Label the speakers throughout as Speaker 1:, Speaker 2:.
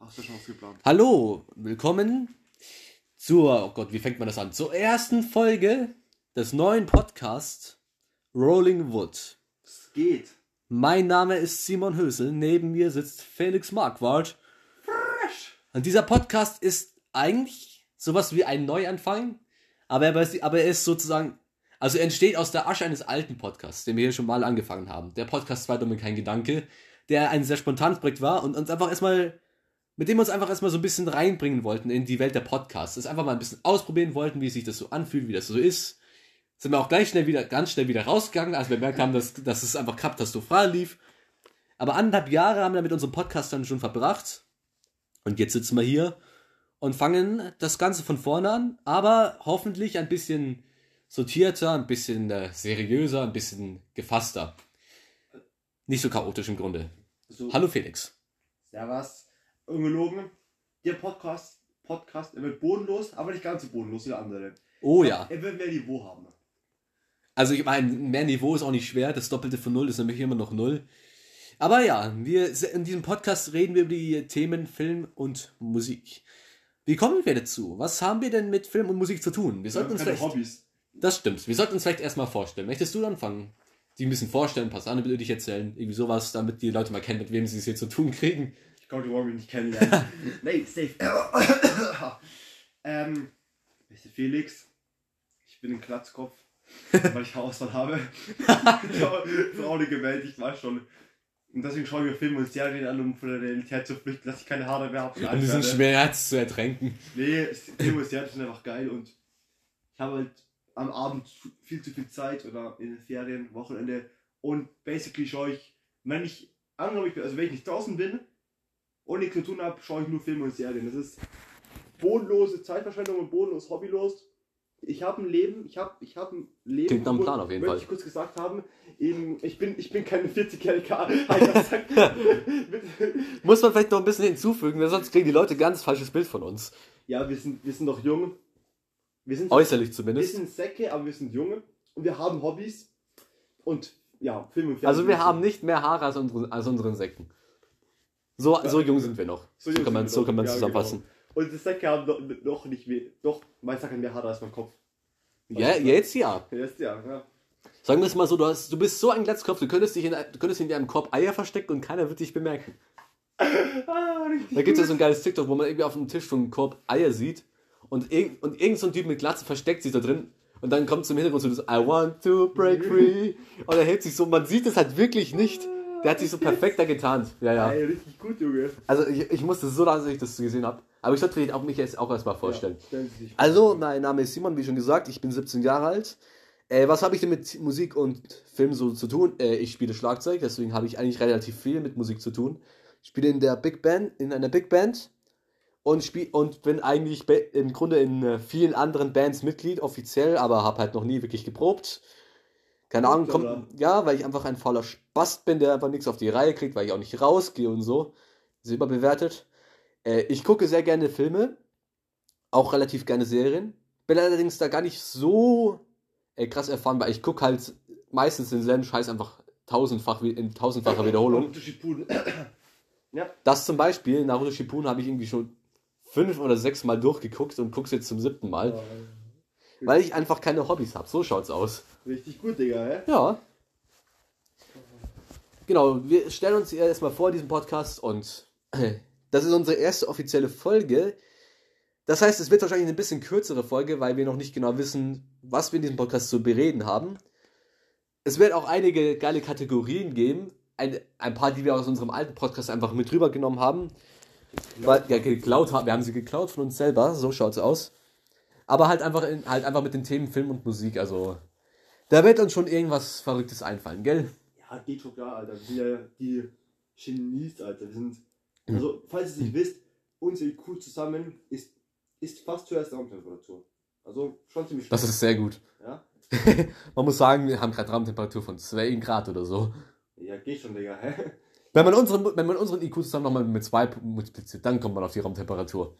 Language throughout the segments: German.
Speaker 1: Hast du schon was geplant?
Speaker 2: Hallo, willkommen zur, oh Gott, wie fängt man das an? Zur ersten Folge des neuen Podcasts Rolling Wood.
Speaker 1: Es geht.
Speaker 2: Mein Name ist Simon Hösel, neben mir sitzt Felix Marquardt. Und dieser Podcast ist eigentlich sowas wie ein Neuanfang, aber er, ist- aber er ist sozusagen, also er entsteht aus der Asche eines alten Podcasts, den wir hier schon mal angefangen haben. Der Podcast war damit kein Gedanke, der ein sehr spontanes Projekt war und uns einfach erstmal, mit dem wir uns einfach erstmal so ein bisschen reinbringen wollten in die Welt der Podcasts. Das einfach mal ein bisschen ausprobieren wollten, wie sich das so anfühlt, wie das so ist. Sind wir auch gleich schnell wieder, ganz schnell wieder rausgegangen, als wir gemerkt haben, dass, dass es einfach katastrophal lief. Aber anderthalb Jahre haben wir mit unserem Podcast dann schon verbracht. Und jetzt sitzen wir hier und fangen das Ganze von vorne an, aber hoffentlich ein bisschen sortierter, ein bisschen äh, seriöser, ein bisschen gefasster. Nicht so chaotisch im Grunde.
Speaker 1: So,
Speaker 2: Hallo Felix.
Speaker 1: Servus. Ungelogen. Der Podcast, Podcast, er wird bodenlos, aber nicht ganz so bodenlos wie der andere.
Speaker 2: Oh ja,
Speaker 1: Er wird mehr Niveau haben.
Speaker 2: also ich meine, mehr Niveau ist auch nicht schwer. Das Doppelte von Null ist nämlich immer noch Null. Aber ja, wir, in diesem Podcast reden wir über die Themen Film und Musik. Wie kommen wir dazu? Was haben wir denn mit Film und Musik zu tun? Wir
Speaker 1: Wir
Speaker 2: sollten
Speaker 1: haben
Speaker 2: uns
Speaker 1: keine
Speaker 2: vielleicht
Speaker 1: Hobbys.
Speaker 2: Das stimmt. Wir sollten uns vielleicht erstmal vorstellen. Möchtest du anfangen? Die müssen vorstellen, pass an, würde ich erzählen. Irgendwie sowas, damit die Leute mal kennen, mit wem sie es hier zu tun kriegen.
Speaker 1: Ich glaube, die wollen mich nicht kennenlernen. nee, safe. ähm, ich bin Felix. Ich bin ein Klatzkopf, weil ich Haarausfall habe. Traurige Welt, ich weiß schon. Und deswegen schaue ich mir Filme und Serien an, um von der Realität zu flüchten, dass ich keine Haare mehr habe.
Speaker 2: Um diesen Schmerz zu ertränken.
Speaker 1: Nee, Demo ist ja schon einfach geil und ich habe halt am Abend viel zu viel Zeit oder in den Ferien, Wochenende und basically schaue ich, wenn ich angenommen ich bin, also wenn ich nicht draußen bin und nichts zu tun habe, schaue ich nur Filme und Serien. Das ist bodenlose Zeitverschwendung und bodenlos hobbylos. Ich habe ein Leben, ich habe ich habe ein Leben.
Speaker 2: Klingt nach einem Plan auf jeden
Speaker 1: Möchte
Speaker 2: Fall.
Speaker 1: ich kurz gesagt haben, eben, ich bin ich bin keine 40-jährige Alterssack.
Speaker 2: Muss man vielleicht noch ein bisschen hinzufügen, weil sonst kriegen die Leute ein ganz falsches Bild von uns.
Speaker 1: ja, wir sind wir sind noch jung. Wir sind
Speaker 2: Äußerlich
Speaker 1: Wir
Speaker 2: zumindest.
Speaker 1: sind Säcke, aber wir sind Junge und wir haben Hobbys und ja, Film und Fernsehen.
Speaker 2: Also wir haben nicht mehr Haare als unsere, als unseren Säcken. So, so jung sind wir noch.
Speaker 1: So
Speaker 2: So,
Speaker 1: jung
Speaker 2: kann man
Speaker 1: sind wir
Speaker 2: so
Speaker 1: noch.
Speaker 2: kann man
Speaker 1: Ja, genau.
Speaker 2: zusammenfassen.
Speaker 1: Und die Säcke haben noch, noch nicht mehr. Doch, mein Sack hat mehr Haare als mein Kopf. Also
Speaker 2: Ja, jetzt ja.
Speaker 1: Jetzt ja, ja.
Speaker 2: Sagen wir es mal so, du, hast, du bist so ein Glatzkopf, du könntest dich in, du könntest in deinem Korb Eier verstecken und keiner wird dich bemerken.
Speaker 1: Ah, richtig.
Speaker 2: Da gibt es ja so ein geiles TikTok, wo man irgendwie auf dem Tisch von einem Korb Eier sieht und, irg und irgend so ein Typ mit Glatze versteckt sich da drin und dann kommt zum Hintergrund so das I want to break free und er hält sich so, man sieht es halt wirklich nicht. Der hat sich so perfekt da getarnt. Ja, ja.
Speaker 1: Ey, richtig gut, Junge.
Speaker 2: Also ich, ich musste so lachen, dass ich das gesehen habe. Aber ich sollte vielleicht auch mich jetzt auch erstmal vorstellen.
Speaker 1: Ja, stellen Sie sich vor.
Speaker 2: Also, mein Name ist Simon, wie schon gesagt, ich bin 17 Jahre alt. Äh, was habe ich denn mit Musik und Film so zu tun? Äh, ich spiele Schlagzeug, deswegen habe ich eigentlich relativ viel mit Musik zu tun. Ich spiele in der Big Band, in einer Big Band und spiel und bin eigentlich be- im Grunde in äh, vielen anderen Bands Mitglied, offiziell, aber habe halt noch nie wirklich geprobt. Keine Ahnung,
Speaker 1: Oder?
Speaker 2: kommt, ja, weil ich einfach ein fauler Spast bin, der einfach nichts auf die Reihe kriegt, weil ich auch nicht rausgehe und so. Ist überbewertet. Äh, ich gucke sehr gerne Filme, auch relativ gerne Serien. Bin allerdings da gar nicht so äh, krass erfahren, weil ich gucke halt meistens denselben Scheiß einfach tausendfach wie- in tausendfacher Wiederholung.
Speaker 1: Und Shippuden.
Speaker 2: Das zum Beispiel, Naruto Shippuden habe ich irgendwie schon fünf oder sechs Mal durchgeguckt und guck's jetzt zum siebten Mal,
Speaker 1: Ja,
Speaker 2: weil ich einfach keine Hobbys habe. So schaut's aus.
Speaker 1: Richtig gut, Digga, hä?
Speaker 2: Ja. Genau, wir stellen uns hier erstmal vor diesen Podcast und das ist unsere erste offizielle Folge. Das heißt, es wird wahrscheinlich eine bisschen kürzere Folge, weil wir noch nicht genau wissen, was wir in diesem Podcast zu bereden haben. Es wird auch einige geile Kategorien geben. Ein, ein paar, die wir aus unserem alten Podcast einfach mit rübergenommen haben. Weil, ja, geklaut haben. Wir haben sie geklaut von uns selber, so schaut's aus. Aber halt einfach, in, halt einfach mit den Themen Film und Musik, also. Da wird uns schon irgendwas Verrücktes einfallen, gell?
Speaker 1: Ja, geht schon klar, Alter. Wir sind ja die Genies, Alter. Wir sind.
Speaker 2: Mhm.
Speaker 1: Also, falls ihr es nicht wisst, unsere IQ zusammen ist, ist fast zur ersten Raumtemperatur. Also, schon ziemlich
Speaker 2: Das ist sehr gut.
Speaker 1: Ja?
Speaker 2: Man muss sagen, wir haben gerade Raumtemperatur von 2 Grad oder so.
Speaker 1: ja, geht schon, Digga, hä?
Speaker 2: Wenn man unseren, wenn man unseren IQ zusammen nochmal mit 2 multipliziert, dann kommt man auf die Raumtemperatur.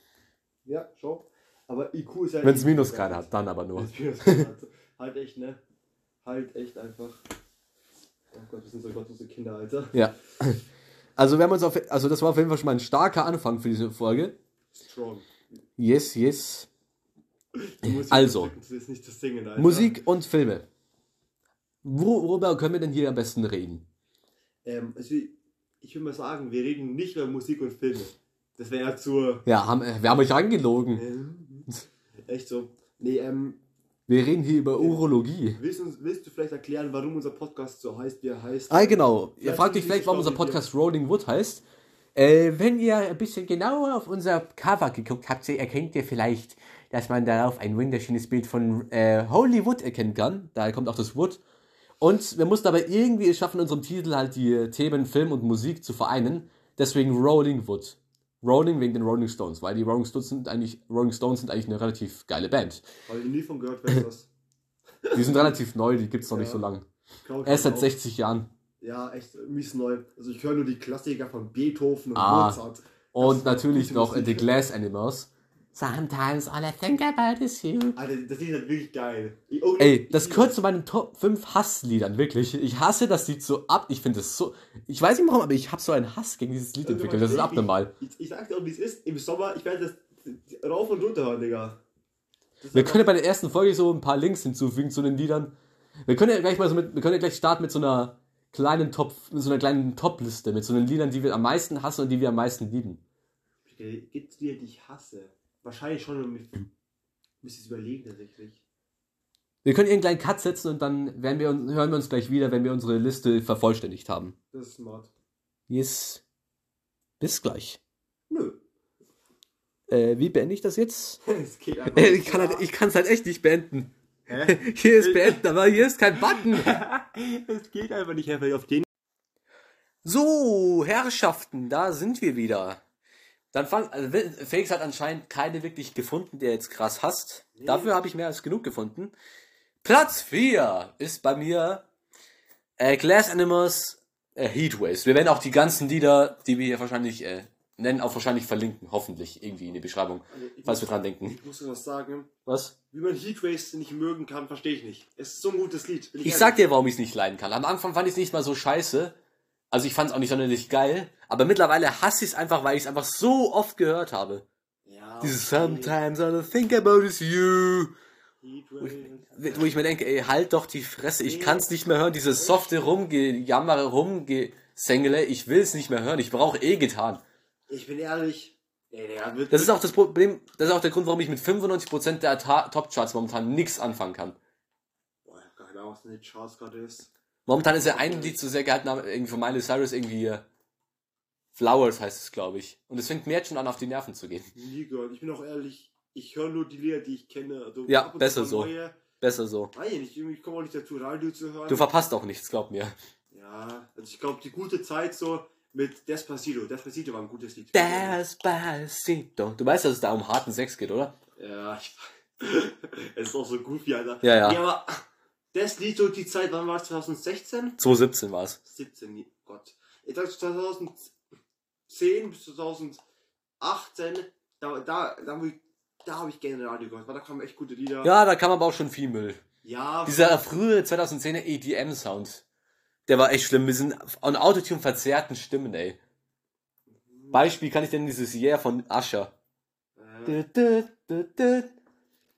Speaker 1: Ja, schon. Aber IQ ist halt ja.
Speaker 2: Wenn es Minusgrade hat, dann aber nur.
Speaker 1: Wenn's Minusgrade hat. Halt echt, ne? Halt echt einfach. Oh Gott, wir sind so gottlose Kinder, Alter.
Speaker 2: Ja. Also wir haben uns auf, also das war auf jeden Fall schon mal ein starker Anfang für diese Folge.
Speaker 1: Strong.
Speaker 2: Yes, yes.
Speaker 1: Du musst dich
Speaker 2: Also.
Speaker 1: drücken, Das ist nicht das Singen, Alter.
Speaker 2: Musik und Filme. Wo- Worüber können wir denn hier am besten reden?
Speaker 1: Ähm, also ich, ich würde mal sagen, wir reden nicht über Musik und Filme. Das wäre ja zur.
Speaker 2: Ja, haben, äh, wir haben euch angelogen.
Speaker 1: Ähm, echt so. Nee, ähm,
Speaker 2: Wir reden hier über Urologie.
Speaker 1: willst, du uns, willst du vielleicht erklären, warum unser Podcast so heißt, wie er heißt?
Speaker 2: Ah, genau. Ihr
Speaker 1: Vielleicht
Speaker 2: fragt euch
Speaker 1: sind
Speaker 2: vielleicht,
Speaker 1: die
Speaker 2: warum unser
Speaker 1: Story
Speaker 2: Podcast Rolling Wood heißt. Äh, wenn ihr ein bisschen genauer auf unser Cover geguckt habt, erkennt ihr vielleicht, dass man darauf ein wunderschönes Bild von äh, Hollywood erkennen kann. Daher kommt auch das Wood. Und wir mussten aber irgendwie es schaffen, in unserem Titel halt die Themen Film und Musik zu vereinen. Deswegen Rolling Wood. Rolling wegen den Rolling Stones, weil die Rolling Stones sind eigentlich, Rolling Stones sind eigentlich eine relativ geile Band.
Speaker 1: Habe ich nie von gehört, wer ist das?
Speaker 2: Die sind relativ neu, die gibt's noch nicht
Speaker 1: Ja.
Speaker 2: so lange.
Speaker 1: Glaub ich
Speaker 2: Erst seit
Speaker 1: auch.
Speaker 2: 60 Jahren.
Speaker 1: Ja, echt mies neu. Also ich höre nur die Klassiker von Beethoven und
Speaker 2: Ah.
Speaker 1: Mozart. Das-
Speaker 2: Und natürlich
Speaker 1: diese
Speaker 2: noch
Speaker 1: Musik.
Speaker 2: The Glass Animals. Sometimes all I think about is you.
Speaker 1: Alter, das Lied ist halt wirklich geil. Ich- oh,
Speaker 2: Ey,
Speaker 1: ich-
Speaker 2: das gehört zu meinen Top 5 Hassliedern, wirklich. Ich hasse das Lied so ab. Ich finde es so. Ich weiß nicht warum, aber ich habe so einen Hass gegen dieses Lied
Speaker 1: Also,
Speaker 2: entwickelt. Das ist
Speaker 1: wirklich,
Speaker 2: abnormal.
Speaker 1: Ich, ich sag's dir auch, wie es ist. Im Sommer, ich werde das rauf und runter hören, Digga. Das ist
Speaker 2: Wir
Speaker 1: einfach-
Speaker 2: können ja bei der ersten Folge so ein paar Links hinzufügen zu den Liedern. Wir können ja gleich mal so mit, wir können ja gleich starten mit so einer kleinen Top, mit so einer kleinen Top-Liste, mit so den Liedern, die wir am meisten hassen und die wir am meisten lieben.
Speaker 1: Okay, Gibt's Lieder, die ich hasse? Wahrscheinlich schon, wenn ich müsste es überlegen tatsächlich.
Speaker 2: Wir können hier einen kleinen Cut setzen und dann werden wir uns, hören wir uns gleich wieder, wenn wir unsere Liste vervollständigt haben.
Speaker 1: Das ist smart.
Speaker 2: Yes. Bis gleich.
Speaker 1: Nö.
Speaker 2: Äh, wie beende ich das jetzt?
Speaker 1: Es geht einfach
Speaker 2: Ich kann
Speaker 1: nicht.
Speaker 2: halt, ich kann's halt echt nicht beenden.
Speaker 1: Hä?
Speaker 2: Hier ist beenden, aber hier ist kein Button.
Speaker 1: es geht einfach nicht, einfach auf den.
Speaker 2: So, Herrschaften, da sind wir wieder. Dann fang, also Felix hat anscheinend keine wirklich gefunden, der jetzt krass hasst. Dafür habe ich mehr als genug gefunden. Platz 4 ist bei mir äh, Glass Animals äh, Heatwaves. Wir werden auch die ganzen Lieder, die wir hier wahrscheinlich äh, nennen, auch wahrscheinlich verlinken. Hoffentlich irgendwie in die Beschreibung,
Speaker 1: Also, ich,
Speaker 2: falls
Speaker 1: muss,
Speaker 2: wir dran denken.
Speaker 1: ich muss dir was sagen.
Speaker 2: Was?
Speaker 1: Wie man Heatwaves nicht mögen kann, verstehe ich nicht. Es ist so ein gutes Lied. bin
Speaker 2: Ich
Speaker 1: ehrlich.
Speaker 2: sag dir, warum ich es nicht leiden kann. Am Anfang fand ich es nicht mal so scheiße. Also ich fand es auch nicht sonderlich geil. Aber mittlerweile hasse ich es einfach, weil ich es einfach so oft gehört habe.
Speaker 1: Ja,
Speaker 2: Dieses
Speaker 1: okay.
Speaker 2: Sometimes all I think about is you.
Speaker 1: Heatwaves.
Speaker 2: Wo ich mir denke, ey, halt doch die Fresse. Ich kann es nicht mehr hören. Dieses softe Rumgejammere, Rumgesengele. Ich will es nicht mehr hören. Ich brauche E-Gitarren.
Speaker 1: Ich bin ehrlich. Nee, Digga, wird-
Speaker 2: Das ist auch das Problem. Das ist auch der Grund, warum ich mit 95% der Ta- Top-Charts momentan nichts anfangen kann.
Speaker 1: Boah, ich hab keine Ahnung, was in den Charts gerade ist.
Speaker 2: Momentan ist ja ein Lied so sehr gehalten, aber irgendwie von Miley Cyrus irgendwie äh, Flowers heißt es, glaube ich. Und es fängt mir jetzt schon an, auf die Nerven zu gehen.
Speaker 1: Nie gehört. Ich bin auch ehrlich. Ich höre nur die Lieder, die ich kenne. Also
Speaker 2: Ja,
Speaker 1: ab und zu
Speaker 2: besser
Speaker 1: mal
Speaker 2: so.
Speaker 1: Neue.
Speaker 2: Besser so.
Speaker 1: Weiß ich nicht, irgendwie komme auch nicht dazu, Radio zu hören.
Speaker 2: Du verpasst auch nichts, glaub mir.
Speaker 1: Ja, also ich glaube, die gute Zeit so mit Despacito. Despacito war ein gutes Lied.
Speaker 2: Despacito. Du weißt, dass es da um harten Sex geht, oder?
Speaker 1: Ja, ich, es ist auch so goofy, Alter.
Speaker 2: Ja, ja.
Speaker 1: Ja, aber das Lied so die Zeit, wann war es? 2016?
Speaker 2: 2017 war es.
Speaker 1: 17, nee, Gott. Ich sag 2010 bis 2018, da, da, da, wo ich- da habe ich gerne Radio gehört, weil da kamen echt gute Lieder.
Speaker 2: Ja, da kam aber auch schon viel Müll.
Speaker 1: ja
Speaker 2: Dieser frühe 2010er EDM-Sound, der war echt schlimm. Wir sind an Autotune verzerrten Stimmen, ey. Beispiel kann ich denn dieses Yeah von Usher.
Speaker 1: äh,
Speaker 2: Du, du, du, du,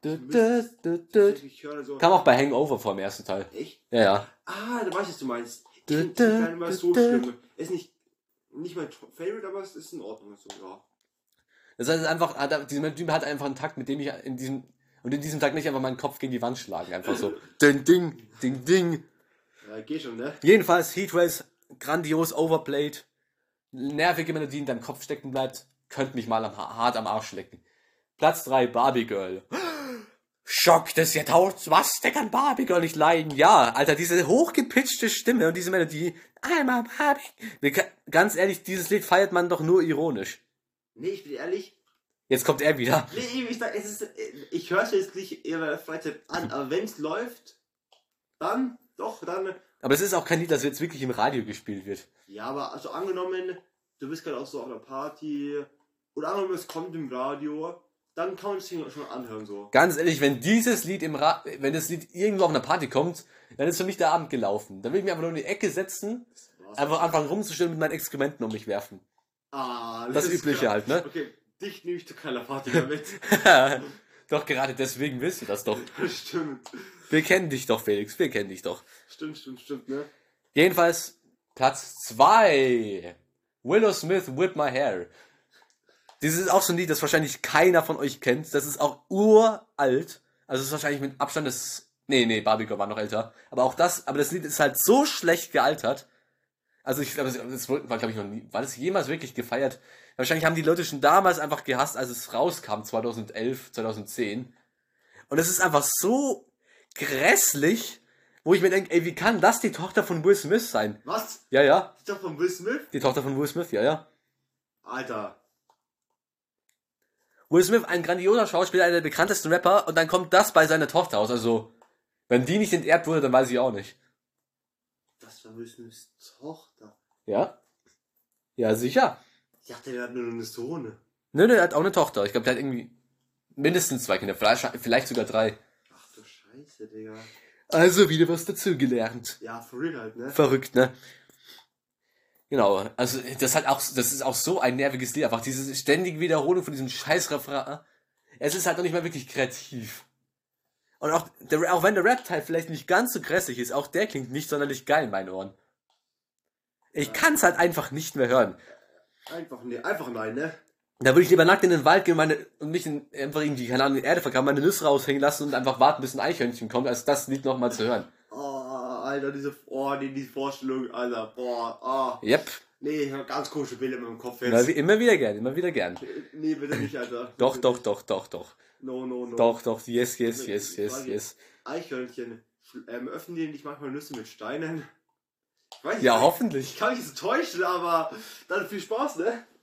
Speaker 2: du, du, du, du.
Speaker 1: ich höre so.
Speaker 2: Kam auch bei Hangover vor dem ersten Teil.
Speaker 1: Echt?
Speaker 2: Ja, ja.
Speaker 1: Ah, da weiß ich, was du meinst. Ich
Speaker 2: Dö,
Speaker 1: finde
Speaker 2: dö,
Speaker 1: gar nicht mal
Speaker 2: dö,
Speaker 1: so
Speaker 2: dö.
Speaker 1: schlimm. Ist nicht, nicht mein Top- Favorite, aber es ist in Ordnung. So, ja.
Speaker 2: Das heißt, es ist einfach, hat er- diese Melodie hat einfach einen Takt, mit dem ich in diesem, und in diesem Takt nicht einfach meinen Kopf gegen die Wand schlagen. Einfach so. Ding, ding, ding, ding.
Speaker 1: ja, geht schon, ne?
Speaker 2: Jedenfalls, Heatwaves, grandios overplayed. Nervige Melodie in deinem Kopf stecken bleibt. Könnt mich mal am, hart am Arsch lecken. Platz 3, Barbie Girl. Schock des Jahrtausends, was? Der kann Barbie Girl nicht leiden. Ja, Alter, diese hochgepitchte Stimme und diese Melodie. I'm a Barbie. Wir ka- Ganz ehrlich, dieses Lied feiert man doch nur ironisch.
Speaker 1: Nee, ich bin ehrlich.
Speaker 2: Jetzt kommt er wieder.
Speaker 1: Nee, ich sag, es ist, ich höre es jetzt nicht in meiner Freizeit an, aber wenn es läuft, dann, doch, dann.
Speaker 2: Aber es ist auch kein Lied, das jetzt wirklich im Radio gespielt wird.
Speaker 1: Ja, aber also angenommen, du bist gerade auch so auf einer Party oder angenommen, es kommt im Radio, dann kann man es sich schon anhören so.
Speaker 2: Ganz ehrlich, wenn dieses Lied im Ra wenn das Lied irgendwo auf einer Party kommt, dann ist für mich der Abend gelaufen. Dann will ich mich einfach nur in die Ecke setzen
Speaker 1: Spaß.
Speaker 2: Einfach anfangen rumzustellen und mit meinen Exkrementen um mich werfen.
Speaker 1: Ah,
Speaker 2: Das Übliche
Speaker 1: klar.
Speaker 2: halt, ne?
Speaker 1: Okay, dich nehme ich zu keiner Party damit.
Speaker 2: doch gerade deswegen willst du das doch.
Speaker 1: stimmt.
Speaker 2: Wir kennen dich doch, Felix. Wir kennen dich doch.
Speaker 1: Stimmt, stimmt, stimmt, ne?
Speaker 2: Jedenfalls Platz 2. Willow Smith, Whip My Hair. Dieses ist auch so ein Lied, das wahrscheinlich keiner von euch kennt. Das ist auch uralt. Also es ist wahrscheinlich mit Abstand des... Nee, nee, Barbie Girl war noch älter. Aber auch das, aber das Lied ist halt so schlecht gealtert. Also ich glaube, das wurde- war, glaube ich, noch nie, war das jemals wirklich gefeiert? Wahrscheinlich haben die Leute schon damals einfach gehasst, als es rauskam, 2011, 2010. Und es ist einfach so grässlich, wo ich mir denke, ey, wie kann das die Tochter von Will Smith sein?
Speaker 1: Was?
Speaker 2: Ja, ja,
Speaker 1: Das ist doch von Will Smith?
Speaker 2: die Tochter von Will Smith, ja, ja.
Speaker 1: Alter.
Speaker 2: Will Smith, ein grandioser Schauspieler, einer der bekanntesten Rapper, und dann kommt das bei seiner Tochter raus. Also, wenn die nicht enterbt wurde, dann weiß ich auch nicht.
Speaker 1: Das war Will Smiths Tochter.
Speaker 2: Ja? Ja, sicher.
Speaker 1: Ich dachte, der hat nur eine Sohne.
Speaker 2: Nö, nö, er hat auch eine Tochter. Ich glaube, der hat irgendwie mindestens zwei Kinder, vielleicht, vielleicht sogar drei.
Speaker 1: Ach du Scheiße, Digga.
Speaker 2: Also wieder was dazugelernt.
Speaker 1: Ja, for real halt, ne?
Speaker 2: Verrückt, ne? Genau, also das ist halt auch, das ist auch so ein nerviges Lied, einfach diese ständige Wiederholung von diesem scheiß Refrain. Es ist halt noch nicht mal wirklich kreativ. Und auch, der, auch wenn der Rap-Teil vielleicht nicht ganz so grässlich ist, auch der klingt nicht sonderlich geil in meinen Ohren. Ich kann's halt einfach nicht mehr hören.
Speaker 1: Einfach, ne, einfach nein, ne?
Speaker 2: Da würde ich lieber nackt in den Wald gehen und meine, und mich in, einfach irgendwie, keine Ahnung, in die Erde vergraben, meine Nüsse raushängen lassen und einfach warten, bis ein Eichhörnchen kommt, als das Lied nochmal zu hören.
Speaker 1: Oh, Alter, diese, oh, nee, diese Vorstellung, Alter, boah, ah.
Speaker 2: Yep.
Speaker 1: Nee, ich hab ganz komische Bilder in meinem Kopf
Speaker 2: Immer,
Speaker 1: jetzt.
Speaker 2: wie- immer wieder gern, immer wieder gern.
Speaker 1: nee, bitte nicht, Alter.
Speaker 2: Doch, doch, doch, doch, doch.
Speaker 1: No, no, no.
Speaker 2: Doch, doch, yes, yes, yes, yes, yes.
Speaker 1: Eichhörnchen, fl- ähm, öffnen die nicht manchmal Nüsse mit Steinen? Ich weiß
Speaker 2: Ja,
Speaker 1: nicht, ich
Speaker 2: hoffentlich.
Speaker 1: kann mich so täuschen, aber dann viel Spaß, ne?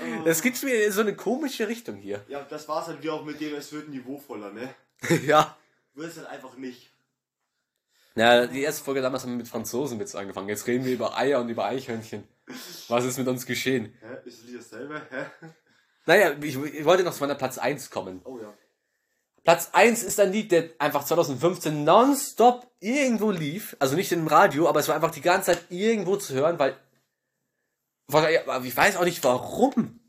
Speaker 1: Oh.
Speaker 2: Es geht mir in so eine komische Richtung hier.
Speaker 1: Ja, das war's halt wie auch mit dem, es wird niveauvoller, ne?
Speaker 2: ja.
Speaker 1: Wird es halt einfach nicht.
Speaker 2: Na, die erste Folge damals haben wir mit Franzosenwitz angefangen. Jetzt reden wir über Eier und über Eichhörnchen. Was ist mit uns geschehen?
Speaker 1: Hä? Ist das Lied dasselbe? Hä?
Speaker 2: Naja, ich, ich wollte noch zu meiner Platz 1 kommen.
Speaker 1: Oh ja.
Speaker 2: Platz 1 ist ein Lied, der einfach 2015 nonstop irgendwo lief. Also nicht im Radio, aber es war einfach die ganze Zeit irgendwo zu hören, weil. weil- Ich weiß auch nicht warum.